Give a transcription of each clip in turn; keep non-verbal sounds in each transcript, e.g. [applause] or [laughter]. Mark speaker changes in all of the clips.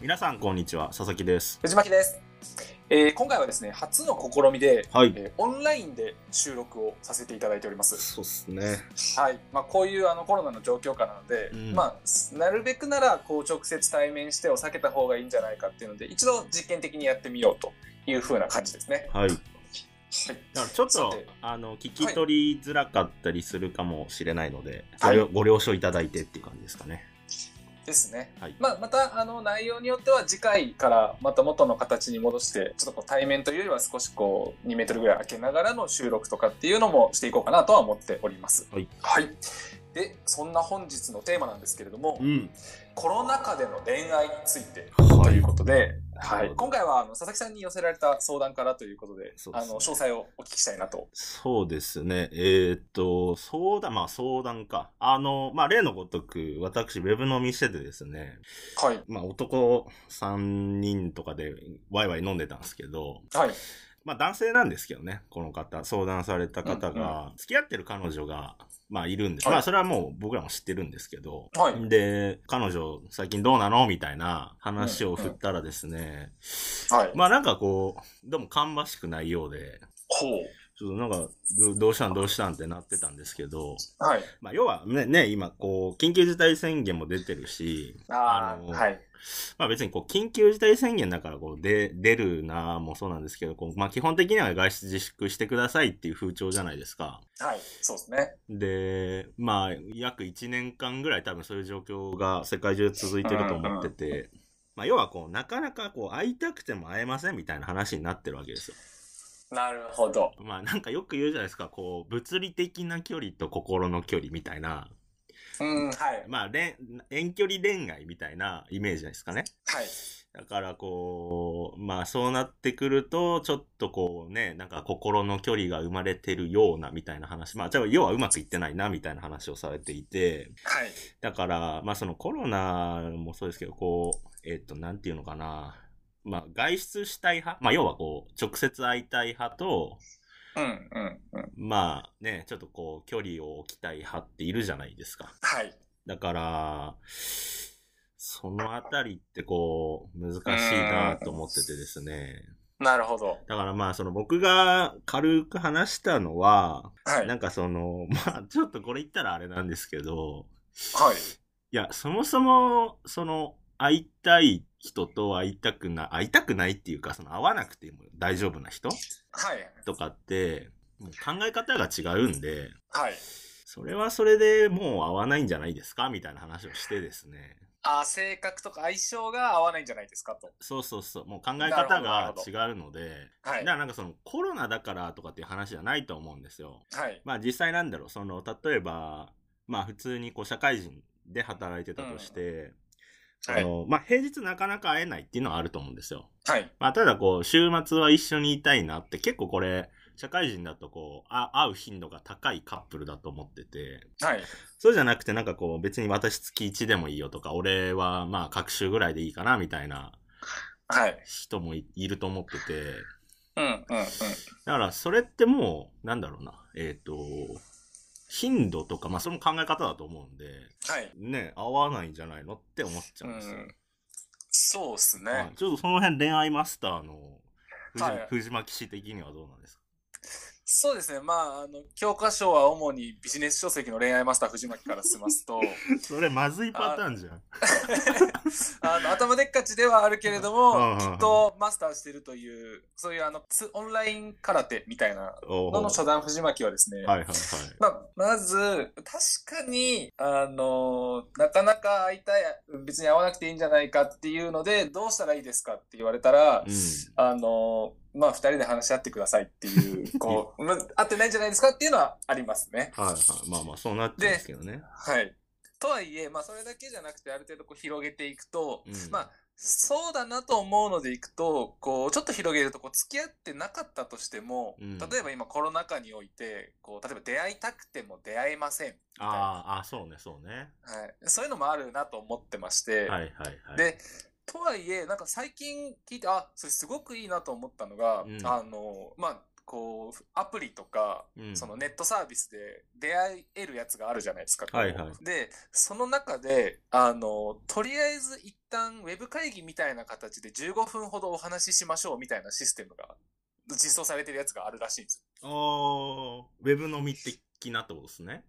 Speaker 1: 皆さんこんにちは佐々木です
Speaker 2: 藤巻です、えー今回はですね初の試みで、
Speaker 1: はい
Speaker 2: えーオンラインで収録をさせていただいております
Speaker 1: そうっすね
Speaker 2: はい、まあ、こういうあのコロナの状況下なので、
Speaker 1: うん
Speaker 2: まあすなるべくならこう直接対面してを避けた方がいいんじゃないかっていうので一度実験的にやってみようというふうな感じですね
Speaker 1: はいだからちょっ
Speaker 2: さ
Speaker 1: と
Speaker 2: て
Speaker 1: あの聞き取りづらかったりするかもしれないので、
Speaker 2: は
Speaker 1: そ
Speaker 2: い
Speaker 1: れをご了承いただいてっていう感じですかね
Speaker 2: ですね、
Speaker 1: はい
Speaker 2: まあ、またあの内容によっては次回からまた元の形に戻してちょっとこう対面というよりは少しこう2メートルぐらい空けながらの収録とかっていうのもしていこうかなとは思っております
Speaker 1: はい、
Speaker 2: でそんな本日のテーマなんですけれども、
Speaker 1: ん
Speaker 2: コロナ禍での恋愛について
Speaker 1: は
Speaker 2: と
Speaker 1: い
Speaker 2: いうことで、はい
Speaker 1: はい
Speaker 2: 今回はあの佐々木さんに寄せられた相談からということで
Speaker 1: そうで
Speaker 2: あ
Speaker 1: すね
Speaker 2: の詳細をお聞きしたいなと
Speaker 1: そうですね。えーっと、相談、まあ相談か。あの、まあ例のごとく、私、ウェブ飲みしててですね、
Speaker 2: はい
Speaker 1: まあ男3人とかでワイワイ飲んでたんですけど、
Speaker 2: はい
Speaker 1: まあ男性なんですけどね、この方、相談された方が、付き合ってる彼女が、まあいるんです。
Speaker 2: はい
Speaker 1: まあそれはもう僕らも知ってるんですけど、
Speaker 2: はい
Speaker 1: で、彼女最近どうなのみたいな話を振ったらですね、
Speaker 2: はい、
Speaker 1: まあなんかこう、どうも芳しくないようで、
Speaker 2: ほ
Speaker 1: ちょっとなんか、どどうしたんどうしたんってなってたんですけど、
Speaker 2: うはい
Speaker 1: まあ要はね、ね今こう、緊急事態宣言も出てるし、
Speaker 2: あ
Speaker 1: あ
Speaker 2: ー
Speaker 1: の
Speaker 2: はい
Speaker 1: まあ別にこう、緊急事態宣言だからこう、で、出るなぁもそうなんですけど、こう、まあ基本的には外出自粛してくださいっていう風潮じゃないですか。
Speaker 2: はいそうですね
Speaker 1: で、まあ約1年間ぐらい多分そういう状況が世界中続いてると思ってて、まあ要はこう、なかなかこう、会いたくても会えませんみたいな話になってるわけですよ。
Speaker 2: なるほど
Speaker 1: まあなんかよく言うじゃないですか、こう、物理的な距離と心の距離みたいな、
Speaker 2: うんはい
Speaker 1: まあ恋、遠距離恋愛みたいなイメージじゃないですかね。
Speaker 2: はい
Speaker 1: だからこう、まあそうなってくると、ちょっとこうね、なんか心の距離が生まれてるようなみたいな話、まあじゃあ要はうまくいってないなみたいな話をされていて、
Speaker 2: はい
Speaker 1: だから、まあそのコロナもそうですけど、こう、えっと、なんていうのかな、まあ外出したい派、まあ要はこう、直接会いたい派と、
Speaker 2: うんうんうん
Speaker 1: まあね、ちょっとこう、距離を置きたい派っているじゃないですか。
Speaker 2: はい
Speaker 1: だから、そのあたりってこう、難しいなと思っててですね。
Speaker 2: なるほど
Speaker 1: だからまあ、その僕が軽く話したのは、
Speaker 2: はい
Speaker 1: なんかその、 [laughs] まあ、ちょっとこれ言ったらあれなんですけど、
Speaker 2: はい
Speaker 1: いや、そもそも、その、会いたい人と会いたくな、会いたくないっていうか、その会わなくても大丈夫な人
Speaker 2: はい
Speaker 1: とかって、もう考え方が違うんで、
Speaker 2: はい
Speaker 1: それはそれでもう合わないんじゃないですかみたいな話をしてですね。
Speaker 2: あ性格とか相性が合わないんじゃないですかと
Speaker 1: そうそうそう。もう考え方
Speaker 2: な
Speaker 1: が
Speaker 2: るほ
Speaker 1: 違
Speaker 2: ど
Speaker 1: うので、
Speaker 2: は
Speaker 1: だ
Speaker 2: い
Speaker 1: からなんかそのコロナだからとかっていう話じゃないと思うんですよ。
Speaker 2: はい
Speaker 1: まあ実際なんだろう、その例えば、まあ普通にこう社会人で働いてたとして、
Speaker 2: うんはい
Speaker 1: あのまあ平日なかなか会えないっていうのはあると思うんですよ。
Speaker 2: はい
Speaker 1: まあただこう週末は一緒にいたいなって結構これ、社会人だとこう、あ会う頻度が高いカップルだと思ってて、
Speaker 2: はい
Speaker 1: そうじゃなくてなんかこう別に私月1でもいいよとか、俺はまあ各週ぐらいでいいかなみたいな
Speaker 2: はい
Speaker 1: 人もいいると思ってて、
Speaker 2: うんうんうん
Speaker 1: だからそれってもう、なんだろうな、えっ、と、頻度とか、まあそれも考え方だと思うんで、
Speaker 2: はい
Speaker 1: ね、合わないんじゃないのって思っちゃ
Speaker 2: う
Speaker 1: うんですよ。
Speaker 2: んそうっすね、
Speaker 1: はいちょっとその辺恋愛マスターの藤,、
Speaker 2: はい
Speaker 1: 藤巻氏的にはどうなんですか
Speaker 2: そうですねまああの教科書は主にビジネス書籍の恋愛マスター藤巻から進ます [laughs] と
Speaker 1: それまずいパターン
Speaker 2: [laughs]
Speaker 1: じゃん。
Speaker 2: あの頭でっかちではあるけれど
Speaker 1: うんうんう
Speaker 2: も
Speaker 1: ん
Speaker 2: きっとマスターしてるというそういうあのつオンライン空手みたいな
Speaker 1: おう
Speaker 2: のの初段藤巻はですね、
Speaker 1: はいはいはい。
Speaker 2: まあ、まず、確かに、あのなかなか会いたい、別に会わなくていいんじゃないかっていうので、どうしたらいいですかって言われたら、
Speaker 1: うん
Speaker 2: あのまあ、二人で話し合ってくださいって
Speaker 1: [laughs]
Speaker 2: いう、こう、まあ、会ってないんじゃないですかっていうのはありますね。
Speaker 1: はいはい。まあまあ、そうなっちゃうんですけどね。
Speaker 2: はい。とはいえ、まあ、それだけじゃなくて、ある程度こう広げていくと、
Speaker 1: うん
Speaker 2: まあ、そうだなと思うのでいくと、こう、ちょっと広げると、こう、付き合ってなかったとしても、
Speaker 1: うん
Speaker 2: 例えば今コロナ禍において、こう、例えば出会いたくても出会えません。
Speaker 1: ああ、あそうね、そうね。
Speaker 2: はい、そういうのもあるなと思ってまして、
Speaker 1: はいはいはい。
Speaker 2: でとはいえなんか最近聞いてあそれすごくいいなと思ったのが、
Speaker 1: うん
Speaker 2: あのまあこう、アプリとか、
Speaker 1: うん
Speaker 2: そのネットサービスで出会えるやつがあるじゃないですか。
Speaker 1: はいは
Speaker 2: で、その中で、あの、とりあえず一旦ウェブ会議みたいな形で15分ほどお話ししましょうみたいなシステムが実装されてるやつがあるらしいんです
Speaker 1: あ
Speaker 2: よ
Speaker 1: ーウェブ飲み的なってことですね。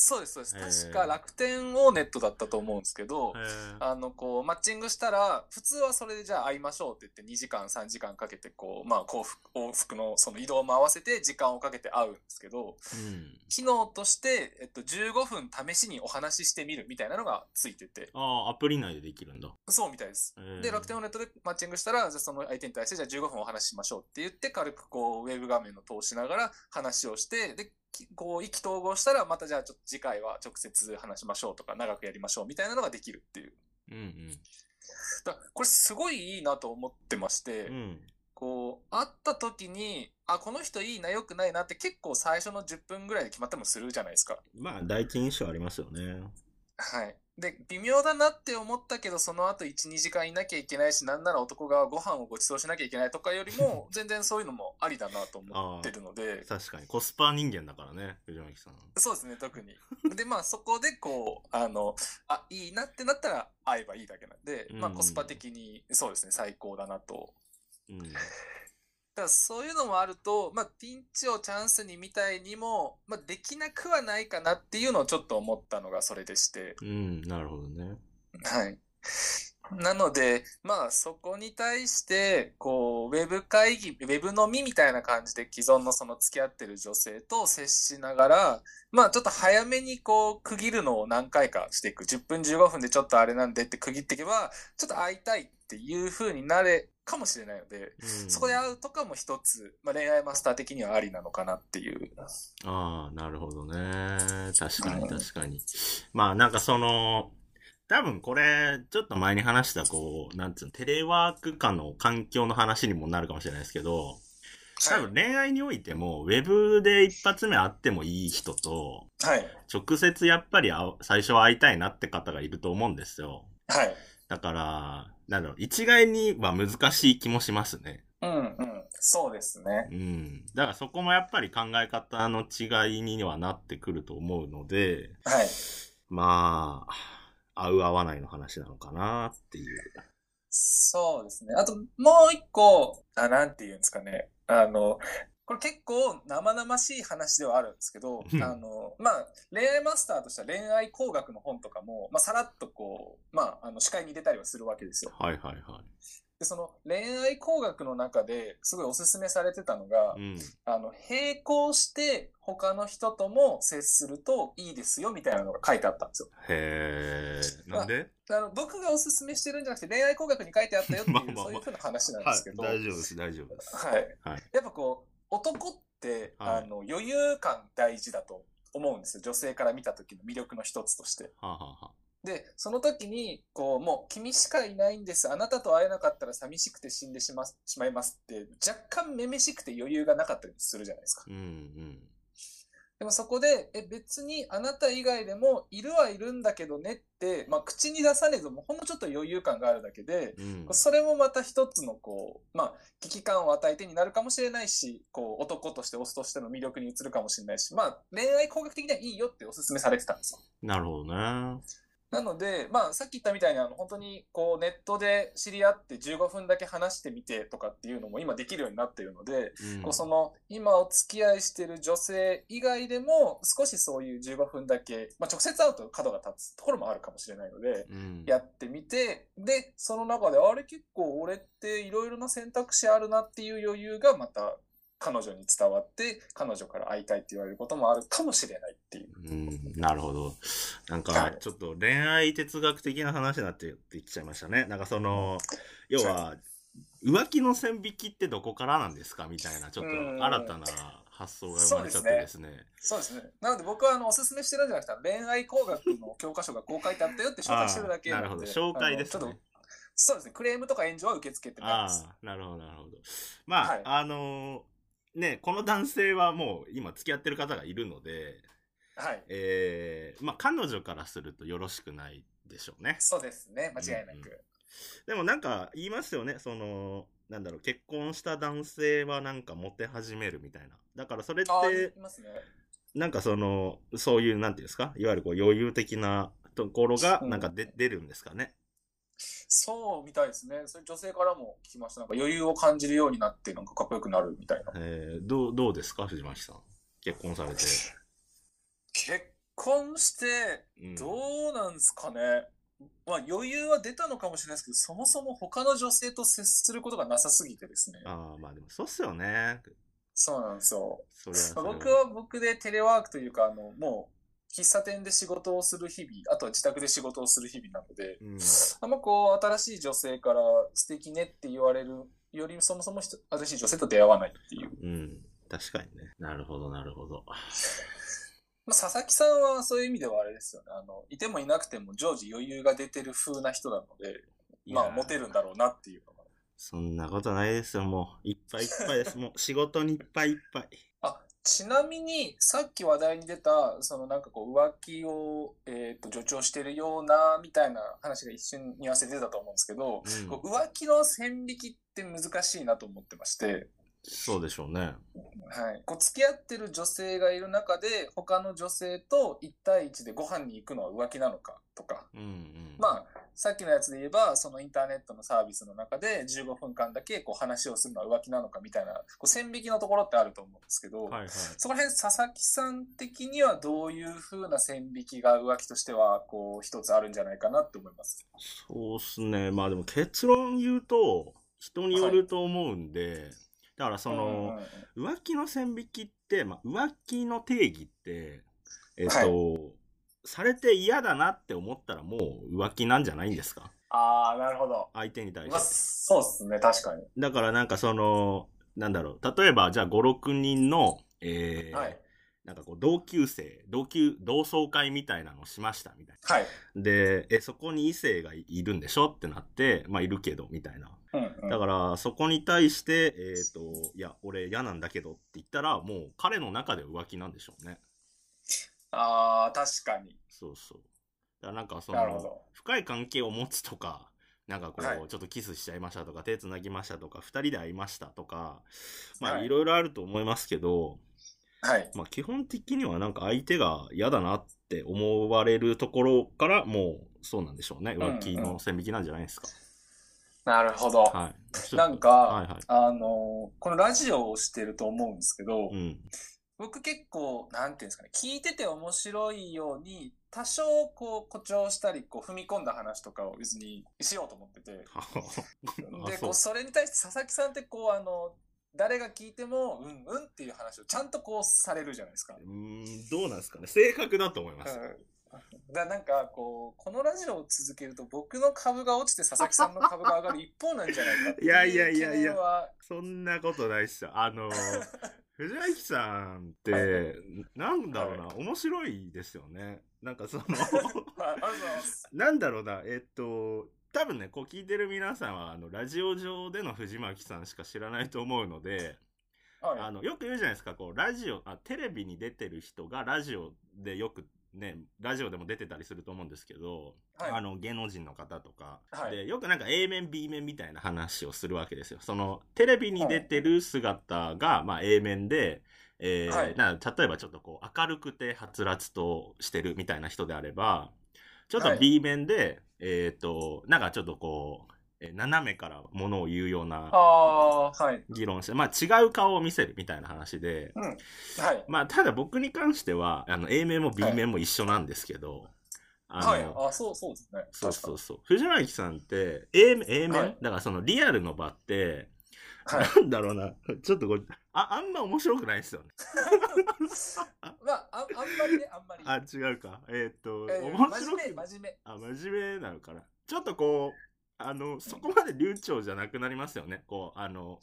Speaker 2: そうです、そう
Speaker 1: え
Speaker 2: です。
Speaker 1: ー
Speaker 2: 確か楽天をネットだったと思うんですけど、
Speaker 1: へー
Speaker 2: あの、こう、マッチングしたら、普通はそれでじゃあ会いましょうって言って2時間、3時間かけて、こう、まあ、幸福、往復のその移動も合わせて時間をかけて会うんですけ
Speaker 1: う
Speaker 2: ど、
Speaker 1: ん。
Speaker 2: 機能として、えっと、15分試しにお話ししてみるみたいなのがついてて、
Speaker 1: ああ、アプリ内でできるんだ。
Speaker 2: そうみたいです。
Speaker 1: へー
Speaker 2: で、楽天をネットでマッチングしたら、じゃあその相手に対して、じゃあ15分お話ししましょうって言って、軽くこう、ウェブ画面の通しながら話をして、で、きこう、意気投合したら、またじゃあちょっと次回は直接話しましょうとか、長くやりましょうみたいなのができるっていう。
Speaker 1: うん
Speaker 2: だからこれすごいいいなと思ってまして、
Speaker 1: うん。うん。
Speaker 2: こう、会った時に、あ、この人いいな、良くないなって結構最初の10分ぐらいで決まったりもするじゃないですか。
Speaker 1: まあ、第一印象ありますよね。
Speaker 2: はい。で、微妙だなって思ったけど、その後1、2時間いなきゃいけないし、なんなら男がご飯をご馳走しなきゃいけないとかよりも、
Speaker 1: [laughs]
Speaker 2: 全然そういうのもありだなと思ってるので、
Speaker 1: 確かに。コスパ人間だからね、藤巻さん。
Speaker 2: そうですね、特に。で、まあそこでこう、あの、あ、いいなってなったら会えばいいだけなんで、まあ
Speaker 1: うん
Speaker 2: コスパ的に、そうですね、最高だなと。
Speaker 1: うん。
Speaker 2: だからそういうのもあると、まあピンチをチャンスにみたいにも、まあできなくはないかなっていうのをちょっと思ったのがそれでして、
Speaker 1: うん、なるほどね。
Speaker 2: はい。なので、まあそこに対して、こう、ウェブ会議、ウェブ飲みみたいな感じで既存のその付き合ってる女性と接しながら、まあちょっと早めにこう区切るのを何回かしていく。10分15分でちょっとあれなんでって区切っていけば、ちょっと会いたいっていう風になれかもしれないので、
Speaker 1: うん、
Speaker 2: そこで会うとかも一つ、まあ恋愛マスター的にはありなのかなっていう。
Speaker 1: ああ、なるほどね。確か
Speaker 2: う
Speaker 1: に
Speaker 2: ん
Speaker 1: 確かに。まあなんかその、多分これ、ちょっと前に話した、こう、なんつうの、テレワーク下の環境の話にもなるかもしれないですけど、多分恋愛においても、ウェブで一発目会ってもいい人と、
Speaker 2: はい。
Speaker 1: 直接やっぱり会う最初は会いたいなって方がいると思うんですよ。
Speaker 2: はい。
Speaker 1: だから、なんだろう、一概には難しい気もしますね。
Speaker 2: うんうん。そうですね。
Speaker 1: うん。だからそこもやっぱり考え方の違いにはなってくると思うので、
Speaker 2: はい。
Speaker 1: まあ、合う合わないの話なのかなっていう。
Speaker 2: そうですね。あと、もう一個、あ、なんて言うんですかね。あの、これ結構生々しい話ではあるんですけど、
Speaker 1: うん
Speaker 2: あの、まあ、恋愛マスターとしては恋愛工学の本とかも、まあ、さらっとこう、まあ、あの、視界に入れたりはするわけですよ。
Speaker 1: はいはいは
Speaker 2: で、その恋愛工学の中ですごいおすすめされてたのが
Speaker 1: い。う、ん。
Speaker 2: あの、並行して他の人とも接するといいですよ、みたいなのが書いてあったんですよ。
Speaker 1: へー。なんで
Speaker 2: あの、僕がおすすめしてるんじゃなくて恋愛工学に書いてあったよってい
Speaker 1: まあまあ
Speaker 2: う、
Speaker 1: まあ
Speaker 2: そういうふうな話なんで
Speaker 1: は
Speaker 2: すけ
Speaker 1: い、
Speaker 2: ど。
Speaker 1: 大丈夫です、大丈夫です。
Speaker 2: はい。
Speaker 1: はい
Speaker 2: やっぱこう、男って、
Speaker 1: はい
Speaker 2: あの、余裕感大事だと思うんですよ。女性から見た時の魅力の一つとして。
Speaker 1: はあ、はあはあ、
Speaker 2: で、その時に、こう、もう、君しかいないんです。あなたと会えなかったら寂しくて死んでしましまいますって、若干めめしくて余裕がなかったりするじゃないですか。
Speaker 1: うんうん。
Speaker 2: でもそこで、え、別にあなた以外でもいるはいるんだけどねって、まあ、口に出さねえども、ほんのちょっと余裕感があるだけで、
Speaker 1: うん。
Speaker 2: それもまた一つのこう、まあ、危機感を与えてになるかもしれないし、こう、男としてオスとしての魅力に移るかもしれないし、まあ、恋愛工学的にはいいよってお勧めされてたんですよ。
Speaker 1: なるほどね。
Speaker 2: なので、まあ、さっき言ったみたいに、あの、本当に、こう、ネットで知り合って15分だけ話してみてとかっていうのも今できるようになっているので、
Speaker 1: うん
Speaker 2: こう、その、今お付き合いしている女性以外でも、少しそういう15分だけ、まあ、直接会うと角が立つところもあるかもしれないので、
Speaker 1: うん、
Speaker 2: やってみて、で、その中で、あれ結構俺っていろいろな選択肢あるなっていう余裕がまた彼女に伝わって、彼女から会いたいって言われることもあるかもしれないっていう。
Speaker 1: うん、なるほど。なん
Speaker 2: は
Speaker 1: か
Speaker 2: い、
Speaker 1: ちょっと恋愛哲学的な話になってきちゃいましたね。なんかその、要は、浮気の線引きってどこからなんですかみたいな、ちょっ
Speaker 2: うん
Speaker 1: と新たな発想が生まれちゃってですね。
Speaker 2: そうですね。なので僕はあの、おすすめしてるんじゃなくて、恋愛工学の教科書がこう書いてあったよって紹介してるだけ
Speaker 1: あー
Speaker 2: なん
Speaker 1: な
Speaker 2: で。
Speaker 1: るほど。紹介です
Speaker 2: あのちょっ
Speaker 1: ね
Speaker 2: と。そうですね。クレームとか炎上は受け付けてないです。
Speaker 1: ああ、なるほど、なるほど。まあ、
Speaker 2: はい
Speaker 1: あのーね、この男性はもう今付き合ってる方がいるので、
Speaker 2: はい。
Speaker 1: えー、まあ彼女からするとよろしくないでしょうね。
Speaker 2: そうですね。間違いなく。
Speaker 1: でもなんか言いますよね、その、なんだろう、結婚した男性はなんかモテ始めるみたいな。だからそれっ
Speaker 2: ああ、
Speaker 1: て
Speaker 2: い、ますね。
Speaker 1: なんかその、そういう、なんていうんですかいわゆるこう余裕的なところが、
Speaker 2: うん
Speaker 1: なんか出、出るんですかね。
Speaker 2: そうみたいですね。それ女性からも聞きました。なんか余裕を感じるようになって、なんかかっこよくなるみたいな。
Speaker 1: えー、どう、どうですか藤巻さん。結婚されて。
Speaker 2: 結婚して、
Speaker 1: うん
Speaker 2: どうなんですかね。まあ余裕は出たのかもしれないですけど、そもそも他の女性と接することがなさすぎてですね。
Speaker 1: ああ、まあでもそうっすよね。
Speaker 2: そうなんですよ。
Speaker 1: それはそれは。
Speaker 2: 僕は僕でテレワークというか、あの、もう、喫茶店で仕事をする日々、あとは自宅で仕事をする日々なので、
Speaker 1: うん。
Speaker 2: あんまこう、新しい女性から素敵ねって言われるより、そもそも人新しい女性と出会わないっていう。
Speaker 1: うん。確かにね。なるほど、なるほど。
Speaker 2: まあ、佐々木さんはそういう意味ではあれですよね。あの、いてもいなくても常時余裕が出てる風な人なので、まあ、モテ
Speaker 1: る。
Speaker 2: るんだろうなっていうのが。
Speaker 1: そんなことないですよ、もう。いっぱいいっぱいです。もう仕事にいっぱいいっぱい。
Speaker 2: あ、ちなみに、さっき話題に出た、そのなんかこう、浮気を、えっと、助長してるような、みたいな話が一瞬に合わせて出たと思うんですけど、
Speaker 1: うん
Speaker 2: こう浮気の線引きって難しいなと思ってまして、
Speaker 1: そうでしょうね。
Speaker 2: はい。こう、付き合ってる女性がいる中で、他の女性と1対1でご飯に行くのは浮気なのか、とか。
Speaker 1: うんうん。
Speaker 2: まあ、さっきのやつで言えば、そのインターネットのサービスの中で15分間だけこう話をするのは浮気なのかみたいな、こう線引きのところってあると思うんですけど、
Speaker 1: はいはい。
Speaker 2: そこら辺佐々木さん的にはどういう風な線引きが浮気としては、こう、一つあるんじゃないかなって思います。
Speaker 1: そうっすね。まあでも結論言うと、人によると思うんで、だからその、
Speaker 2: うんうんうん
Speaker 1: 浮気の線引きって、まあ、浮気の定義って、えっと、されて嫌だなって思ったらもう浮気なんじゃないんですか
Speaker 2: ああ、なるほど。
Speaker 1: 相手に対
Speaker 2: まあ、
Speaker 1: して。
Speaker 2: そうですね、確かに。
Speaker 1: だからなんかその、なんだろう、例えばじゃあ5、6人の、えー
Speaker 2: はい。
Speaker 1: なんかこう同級生、同級、同窓会みたいなのをしましたみたい
Speaker 2: はい。
Speaker 1: な。で、え、そこに異性がいいるんでしょってなって、まあいるけど、みたいな。
Speaker 2: うんうん
Speaker 1: だから、そこに対して、えっ、と、いや、俺嫌なんだけどって言ったら、もう彼の中で浮気なんでしょうね。
Speaker 2: ああ、確かに。
Speaker 1: そうそう。だからなんかそ
Speaker 2: なるほ
Speaker 1: の、
Speaker 2: ど。
Speaker 1: 深い関係を持つとか、なんかこう、
Speaker 2: はい
Speaker 1: ちょっとキスしちゃいましたとか、手つなぎましたとか、二人で会いましたとか、ま
Speaker 2: は
Speaker 1: あ
Speaker 2: い
Speaker 1: いろいろあると思いますけど、
Speaker 2: はい。
Speaker 1: まあ基本的にはなんか相手が嫌だなって思われるところから、もうそうなんでしょうね。浮気の線引きなんじゃないですか。
Speaker 2: なるほど。
Speaker 1: はい。ちょっと
Speaker 2: なんか
Speaker 1: はいはい。
Speaker 2: あの、このラジオをしてると思うんですけど、
Speaker 1: うん。
Speaker 2: 僕結構、なんていうんですかね、聞いてて面白いように、多少こう誇張したり、こう踏み込んだ話とかを別にしようと思っ
Speaker 1: [laughs]
Speaker 2: てて、で、
Speaker 1: そ
Speaker 2: こ
Speaker 1: う
Speaker 2: う、それに対して佐々木さんってこう、あの、誰が聞いても、うんうんっていう話をちゃんとこうされるじゃないですか。
Speaker 1: うーんどうなんですかね正確だと思います。
Speaker 2: うん、だなんかこうこのラジオを続けると僕の株が落ちて佐々木さんの株が上がる一方なんじゃないかって
Speaker 1: いやいや
Speaker 2: いう
Speaker 1: い
Speaker 2: 懸
Speaker 1: やいや
Speaker 2: 念は
Speaker 1: そんなことないっすよ。あ
Speaker 2: [laughs]
Speaker 1: のー、藤巻さんって、なんだろうな、面白いですよね。なんかその、 [laughs]
Speaker 2: まあありがとうございます。
Speaker 1: なんだろうな、えっと、多分ね、こう聞いてる皆さんは、あの、ラジオ上での藤巻さんしか知らないと思うので、
Speaker 2: はい
Speaker 1: あの、よく言うじゃないですか、こう、ラジオ、あ、テレビに出てる人がラジオでよく、ね、ラジオでも出てたりすると思うんですけど、
Speaker 2: はい
Speaker 1: あの、芸能人の方とか、
Speaker 2: はい
Speaker 1: で、よくなんか A 面、B 面みたいな話をするわけですよ。その、テレビに出てる姿が、まあ A 面で、えー
Speaker 2: はい
Speaker 1: な例えばちょっとこう、明るくてはつらつとしてるみたいな人であれば、ちょっ
Speaker 2: は
Speaker 1: と
Speaker 2: い
Speaker 1: B 面で、えっ、と、なんかちょっとこう、えー斜めからものを言うような
Speaker 2: あーはい
Speaker 1: 議論して、まあ違う顔を見せるみたいな話で、
Speaker 2: うんはい
Speaker 1: まあただ僕に関しては、あの A 面も B 面も一緒なんですけど、
Speaker 2: はい
Speaker 1: あの、
Speaker 2: あそうそうですね
Speaker 1: そうそううそう。藤巻さんって、A, A 面、
Speaker 2: はい
Speaker 1: だからそのリアルの場って、
Speaker 2: はい
Speaker 1: なんだろうな、ちょっとこれ、あ、あんま面白くないですよね。
Speaker 2: まあああんまりねあんまり
Speaker 1: あ、違うか。えーっと、
Speaker 2: えー
Speaker 1: 面白
Speaker 2: 真面
Speaker 1: く
Speaker 2: 目真面
Speaker 1: あ、真面目なのかな。ちょっとこう、あの、そこまで流暢じゃなくなりますよね。こう、あの、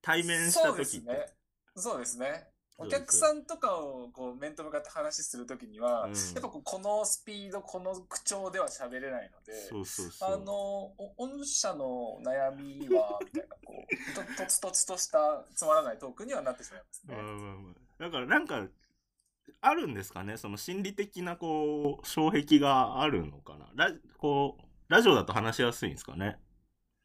Speaker 1: 対
Speaker 2: 目
Speaker 1: 面した
Speaker 2: そうで
Speaker 1: 時っ
Speaker 2: す
Speaker 1: て。
Speaker 2: ねそうですね
Speaker 1: そう
Speaker 2: お
Speaker 1: です
Speaker 2: 客さんとかをこう面と向かって話するときには、
Speaker 1: うん
Speaker 2: やっぱこうこのスピードこの口調では喋れないので
Speaker 1: そうそうそう。
Speaker 2: あの、お御社の悩みは、みたいな、こう、ととつとつとしたつまらないトークにはなってしまいます
Speaker 1: まあ
Speaker 2: ね。
Speaker 1: まあまあだからなんか、あるんですかねその心理的なこう、障壁があるのかなラ、こう、ラジオだと話しやすいんですかね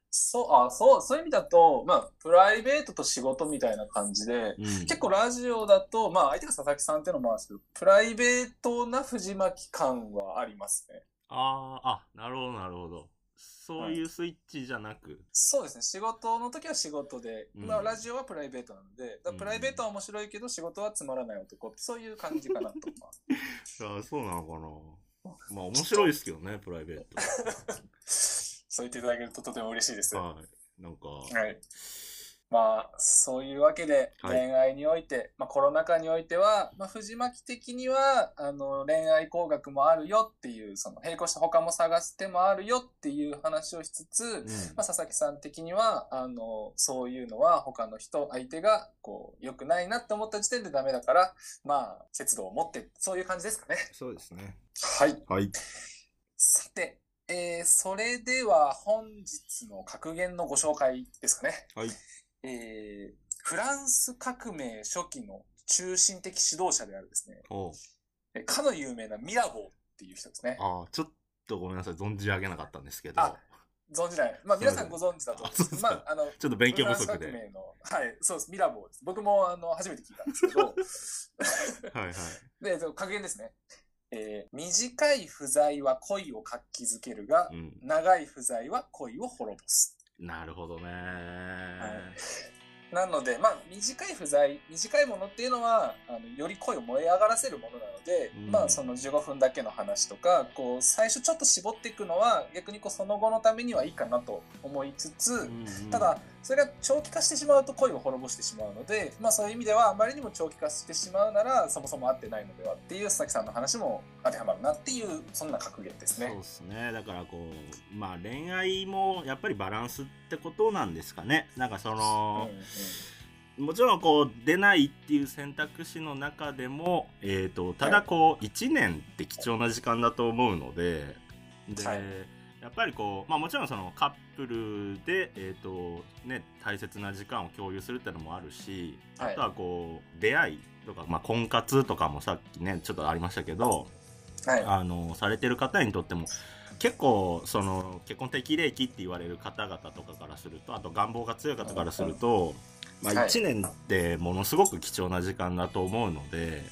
Speaker 2: そう、あ、そう、そういう意味だと、まあ、プライベートと仕事みたいな感じで、
Speaker 1: うん。
Speaker 2: 結構ラジオだと、まあ、相手が佐々木さんっていうのもあるんですけど、プライベートな藤巻感はありますね。
Speaker 1: ああ、あ、なるほど、なるほど。そういうスイッチじゃなく。
Speaker 2: そうですね。仕事の時は仕事で、
Speaker 1: うん
Speaker 2: まあ、ラジオはプライベートなので、だから
Speaker 1: うん
Speaker 2: プライベートは面白いけど、仕事はつまらない男って、そういう感じかなと思
Speaker 1: [laughs]
Speaker 2: います。
Speaker 1: あそうなのかな。まあ面白いですけどね、プライベー
Speaker 2: そう言っていただけるととても嬉しいです。
Speaker 1: ト。
Speaker 2: は
Speaker 1: はい。なんか、
Speaker 2: い。まあ、そういうわけで、
Speaker 1: はい
Speaker 2: 恋愛において、まあ、コロナ禍においては、まあ、藤巻的には、あの、恋愛工学もあるよっていう、その、並行して他も探す手もあるよっていう話をしつつ、
Speaker 1: うん。
Speaker 2: まあ、佐々木さん的には、あの、そういうのは他の人、相手が、こう、良くないなって思った時点でダメだから、まあ、節度を持って、そういう感じですかね。
Speaker 1: そうですね。
Speaker 2: はい。
Speaker 1: はい。
Speaker 2: さて、えーそれでは本日の格言のご紹介ですかね。
Speaker 1: はい。
Speaker 2: えーフランス革命初期の中心的指導者であるですね、
Speaker 1: おう
Speaker 2: えかの有名なミラボーっていう人ですね。
Speaker 1: ああ、ちょっとごめんなさい、存じ上げなかったんですけど、
Speaker 2: あ存じない。まあ、皆さんご存知だと思うんですけど、
Speaker 1: そ
Speaker 2: ま
Speaker 1: うですか
Speaker 2: あ、あの、
Speaker 1: ちょっと勉強不
Speaker 2: フラ
Speaker 1: 足
Speaker 2: ンス
Speaker 1: で。
Speaker 2: 革命の、はい、そうです。ミラボーです。僕も、あの、初めて聞いたんです
Speaker 1: [laughs]
Speaker 2: けど、
Speaker 1: はいはい。
Speaker 2: で、そう格言ですね。えー短い不在は恋を活気づけるが
Speaker 1: う、ん。
Speaker 2: 長い不在は恋を滅ぼす。
Speaker 1: なるほどね。
Speaker 2: なので、まあ、短い不在、短いものっていうのは、あのより恋を燃え上がらせるものなので、
Speaker 1: うん
Speaker 2: まあ、その15分だけの話とか、こう、最初ちょっと絞っていくのは、逆にこう、その後のためにはいいかなと思いつつ、
Speaker 1: うんうん
Speaker 2: ただ、それが長期化してしまうと恋を滅ぼしてしまうので、まあそういう意味では、あまりにも長期化してしまうなら、そもそも合ってないのではっていう佐々木さんの話も当てはまるなっていう、そんな格言です
Speaker 1: そう
Speaker 2: ね。
Speaker 1: ですね。だからこう、まあ恋愛もやっぱりバランスってことなんですかね。なんかその、もちろんこう出ないっていう選択肢の中でも、えー、とただこう1年って貴重な時間だと思うのでで、
Speaker 2: はい
Speaker 1: やっぱりこう、まあ、もちろんそのカップルで、えーとね、大切な時間を共有するってのもあるしあ
Speaker 2: はい
Speaker 1: とはこう出会いとか、まあ、婚活とかもさっきねちょっとありましたけど、
Speaker 2: はい。
Speaker 1: あのされてる方にとっても結構その結婚適齢期って言われる方々とかからするとあと願望が強い方からすると、まあ、
Speaker 2: はい
Speaker 1: 1年ってものすごく貴重な時間だと思うので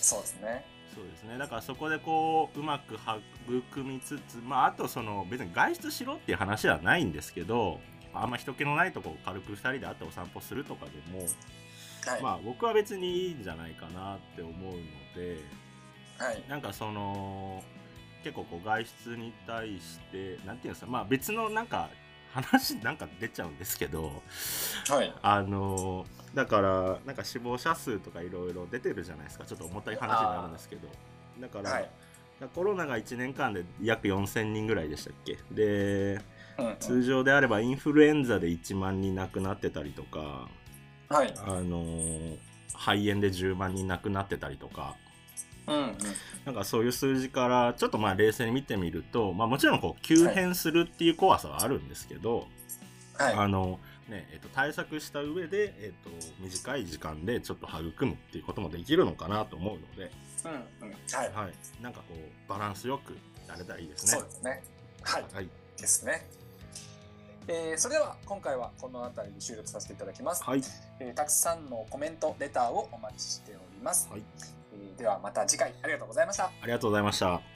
Speaker 2: そうですね。
Speaker 1: そうですねだからそこでこううまく育みつつ、まあ、あとその別に外出しろっていう話はないんですけどあんま人気のないとこを軽く2人で会ってお散歩するとかでも、
Speaker 2: はい。
Speaker 1: まあ、僕は別にいいんじゃないかなって思うので。
Speaker 2: はい。
Speaker 1: なんかその結構こう外出に対してなんていうんですかまあ別のなんか話なんか出ちゃうんですけど
Speaker 2: はい。
Speaker 1: あのだからなんか死亡者数とかいろいろ出てるじゃないですかちょっと重たい話になるんですけどだから、
Speaker 2: はい。
Speaker 1: コロナが1年間で約4000人ぐらいでしたっけで
Speaker 2: うんうん
Speaker 1: 通常であればインフルエンザで1万人亡くなってたりとか
Speaker 2: はい。
Speaker 1: あの肺炎で10万人亡くなってたりとか
Speaker 2: うんうん。
Speaker 1: なんかそういう数字からちょっとまあ冷静に見てみると、まあ、もちろんこう急変するっていう怖さはあるんですけど、
Speaker 2: はい。
Speaker 1: あのねえっと対策した上で、えっと短い時間でちょっと育むっていうこともできるのかなと思うので、
Speaker 2: うんうん。はい。
Speaker 1: はい、なんかこうバランスよくやれたらいいですね。
Speaker 2: そうですね。はい。
Speaker 1: はい、
Speaker 2: ですね。えーそれでは今回はこの辺りで終了させていただきます。
Speaker 1: はい
Speaker 2: えーたくさんのコメント、レターをお待ちしております。
Speaker 1: はい
Speaker 2: えーではまた次回ありがとうございました。
Speaker 1: ありがとうございました。